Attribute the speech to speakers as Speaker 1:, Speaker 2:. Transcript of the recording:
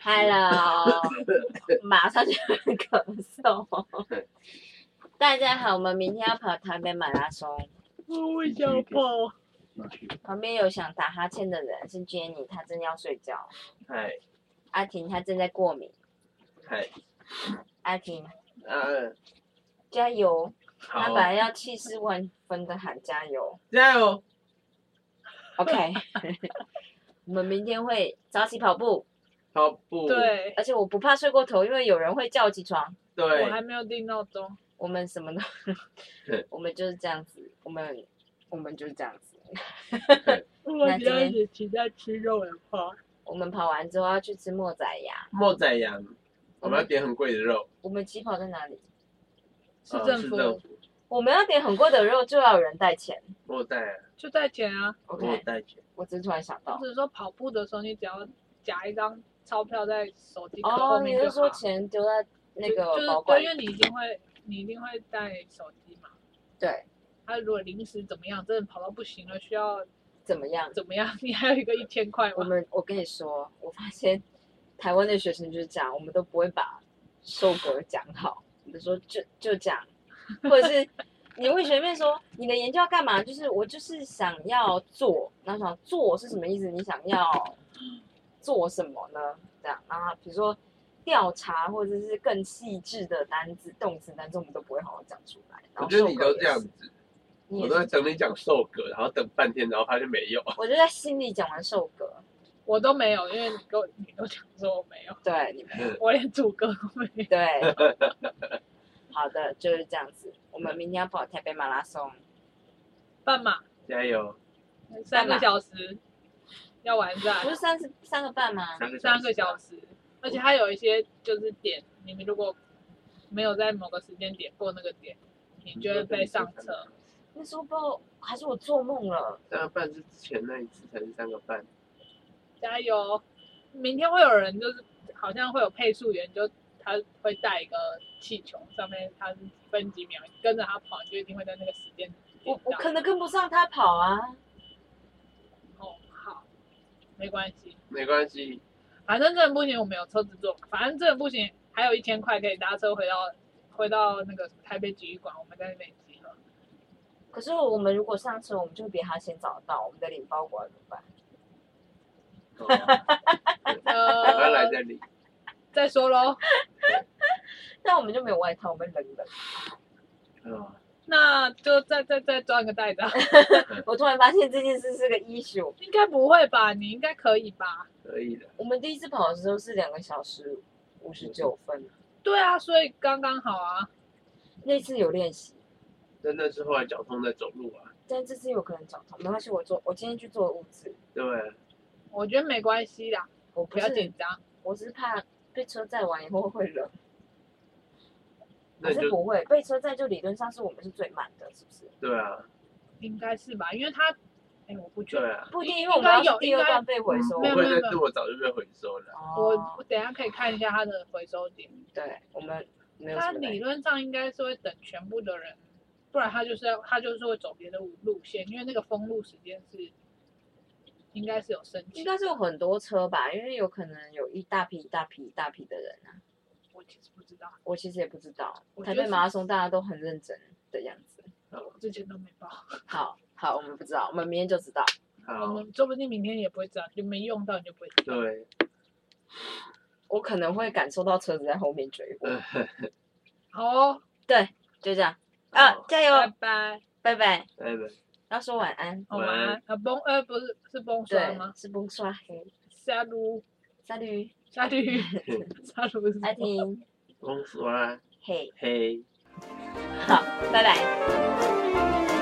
Speaker 1: Hello，马上就咳嗽。大家好，我们明天要跑台北马拉松，
Speaker 2: 我想跑。
Speaker 3: 那去
Speaker 1: 旁边有想打哈欠的人是 Jenny，她正要睡觉；
Speaker 2: 嗨
Speaker 1: 阿婷她正在过敏。
Speaker 2: 嗨，
Speaker 1: 阿婷
Speaker 2: 呃，
Speaker 1: 加油！她
Speaker 2: 好
Speaker 1: 本，来要气势万分的喊加油。
Speaker 2: 加油！
Speaker 1: OK，我们明天会早起跑步，
Speaker 2: 跑步，
Speaker 4: 对，
Speaker 1: 而且我不怕睡过头，因为有人会叫我起床。
Speaker 4: 我
Speaker 2: 对，
Speaker 4: 还没有定闹钟。
Speaker 1: 我们什么都，我们就是这样子，我们我们就是这样子。
Speaker 4: 我
Speaker 1: 那
Speaker 4: 比
Speaker 1: 今
Speaker 4: 较
Speaker 1: 天
Speaker 4: 也期待吃肉的话，
Speaker 1: 我们跑完之后要去吃莫仔鸭。
Speaker 2: 莫仔羊，我
Speaker 4: 嗯
Speaker 2: 们要点很贵的肉，
Speaker 1: 我们起跑在哪里？
Speaker 4: 市
Speaker 2: 呃
Speaker 4: 政
Speaker 2: 市
Speaker 1: 哦
Speaker 4: 府
Speaker 2: 政府
Speaker 1: 我们要点很贵的肉，就要有人带钱。
Speaker 2: 莫带，
Speaker 4: 就带钱啊。
Speaker 2: 莫
Speaker 1: OK，
Speaker 2: 带钱，
Speaker 1: 我只是突然想
Speaker 4: 我
Speaker 1: 到。哦
Speaker 4: 只是说跑步的时候，你只要夹一张钞票在手机壳后
Speaker 1: 哦，你
Speaker 4: 面
Speaker 1: 是
Speaker 4: 就好。
Speaker 1: 说钱丢在那
Speaker 4: 就
Speaker 1: 个
Speaker 4: 是
Speaker 1: 保管
Speaker 4: 对，因？为你一定会，你一定会带手机嘛。
Speaker 1: 对，
Speaker 4: 他、如果临时怎么样，真的跑到不行了，需要
Speaker 1: 怎么样？
Speaker 4: 怎么样？你还有一个一千块
Speaker 1: 我
Speaker 4: 嘛？
Speaker 1: 们我跟你说，我发现台湾的学生就是这样，我们都不会把授格讲好，我们说就就这样，或者是你问学妹说你的研究要干嘛？就是我就是想要做，然后想做是什么意思？你想要做什么呢？这样，然后比如说调查或者是更细致的单字、动词、单词，我们都不会好好讲出来。然
Speaker 2: 我
Speaker 1: 后
Speaker 2: 觉得
Speaker 1: 授
Speaker 2: 你
Speaker 1: 课
Speaker 2: 都
Speaker 1: 也
Speaker 2: 这样
Speaker 1: 是，
Speaker 2: 子，
Speaker 1: 你
Speaker 2: 我
Speaker 1: 也
Speaker 2: 都在
Speaker 1: 是，
Speaker 2: 等你讲瘦哥，然后等半天，然后发现没有，
Speaker 1: 我就在心里讲完授格，
Speaker 4: 我都没有，因为你跟我你都讲说我没有，
Speaker 1: 对你们。
Speaker 4: 我连主歌都没有。
Speaker 1: 对，好的，就是这样子。我们明天要跑台北马拉松，
Speaker 4: 半马
Speaker 2: 加油，
Speaker 4: 三
Speaker 1: 半马
Speaker 4: 个小时要完赛
Speaker 1: 不，是三十三个半吗？
Speaker 2: 三个
Speaker 4: 啊三个小
Speaker 2: 时，
Speaker 4: 时，而且它有一些就是点，你们如果没有在某个时间点过那个点，你就会被上车。。
Speaker 1: 那时候不知道还是我做梦了。
Speaker 2: 三个半是之前那一次才是三个半，
Speaker 4: 加油！明天会有人就是好像会有配速员，就他会带一个气球，上面他是分几秒，你跟着他跑，你就一定会在那个时间
Speaker 1: 我
Speaker 4: 点
Speaker 1: 我
Speaker 4: 到
Speaker 1: 可能跟不上他跑啊，
Speaker 4: 哦，好，没关系，
Speaker 2: 没关系，
Speaker 4: 反正真的不行，我们有车子坐，反正真的不行，还有一千块可以搭车回到回到那个台北体育馆，我们在那边集合。
Speaker 1: 可是我们如果上车，我们就比他先找到，我们的领包裹要怎么办？
Speaker 2: 哦赶快来
Speaker 4: 呃，
Speaker 2: 这里，
Speaker 4: 再说喽。
Speaker 1: 但我们就没有外套，我们冷冷。
Speaker 2: 哦
Speaker 4: 那就再再再装一个袋子啊，
Speaker 1: 我突然发现这件事是个 issue。
Speaker 4: 应该不会吧？你应该可以吧？
Speaker 2: 可以的，
Speaker 1: 我们第一次跑的时候是两个小时五十九分，
Speaker 4: 对啊，所以刚刚好啊。
Speaker 1: 那次有练习，
Speaker 2: 真的是后来脚痛在走路啊，
Speaker 1: 但这次有可能脚痛，没关系，我做我今天去做物资，
Speaker 2: 对不啊对，
Speaker 4: 我觉得没关系啦，
Speaker 1: 我
Speaker 4: 不
Speaker 1: 不
Speaker 4: 要
Speaker 1: 是
Speaker 4: 紧张。
Speaker 1: 我是怕被车载完以后会冷，
Speaker 2: 那
Speaker 1: 可
Speaker 2: 你
Speaker 1: 是
Speaker 2: 就
Speaker 1: 不会被车载，就理论上是我们是最慢的，是不是？
Speaker 2: 对啊，
Speaker 4: 应该是吧？因为他，哎，我不确定
Speaker 2: 对。啊，
Speaker 1: 不一定，
Speaker 4: 应
Speaker 1: 因为我们要
Speaker 4: 应该
Speaker 1: 是
Speaker 4: 有
Speaker 1: 第二段被回收
Speaker 2: 不。
Speaker 4: 嗯没有
Speaker 2: 会
Speaker 4: 没有没
Speaker 2: 再
Speaker 4: 有
Speaker 2: 这么早就被回收了。
Speaker 4: 我
Speaker 1: 哦，
Speaker 4: 我等一下可以看一下他的回收点，
Speaker 1: 对，我们没有
Speaker 4: 他
Speaker 1: 什么
Speaker 4: 理
Speaker 1: 累。
Speaker 4: 论上应该是会等全部的人，不然他就是要他就是会走别的路路线，因为那个封路时间是应该是有申
Speaker 1: 应
Speaker 4: 请。
Speaker 1: 该是有很多车吧，因为有可能有一大批、一大批、一大批的人啊。
Speaker 4: 我其实不知道，
Speaker 1: 我其实也不知道，
Speaker 4: 我
Speaker 1: 台
Speaker 4: 觉得
Speaker 1: 北
Speaker 4: 是
Speaker 1: 马拉松大家都很认真的样子。
Speaker 4: 我之前都没报。
Speaker 1: 好好，我们不知道，我们明天就知道。
Speaker 4: 我
Speaker 2: 好，
Speaker 4: 们说不定明天也不会知道，就没用到你就不会知道。
Speaker 2: 对，
Speaker 1: 我可能会感受到车子在后面追我。
Speaker 4: 好哦，
Speaker 1: 就这样啊
Speaker 2: 好，
Speaker 1: 加
Speaker 4: 拜
Speaker 1: 油，
Speaker 4: 拜。
Speaker 1: 拜拜。
Speaker 2: 拜拜。
Speaker 1: 要说晚安，
Speaker 4: 好
Speaker 2: 晚安
Speaker 4: 玩啊，崩呃不是是崩刷
Speaker 1: 对
Speaker 4: 吗？，
Speaker 1: 是不刷黑，
Speaker 4: 沙 鲁
Speaker 1: 沙律，
Speaker 4: 沙律 沙鲁是什么
Speaker 1: 爱听，
Speaker 2: 公司晚安，
Speaker 1: 嘿，
Speaker 2: 嘿。
Speaker 1: 好，拜拜。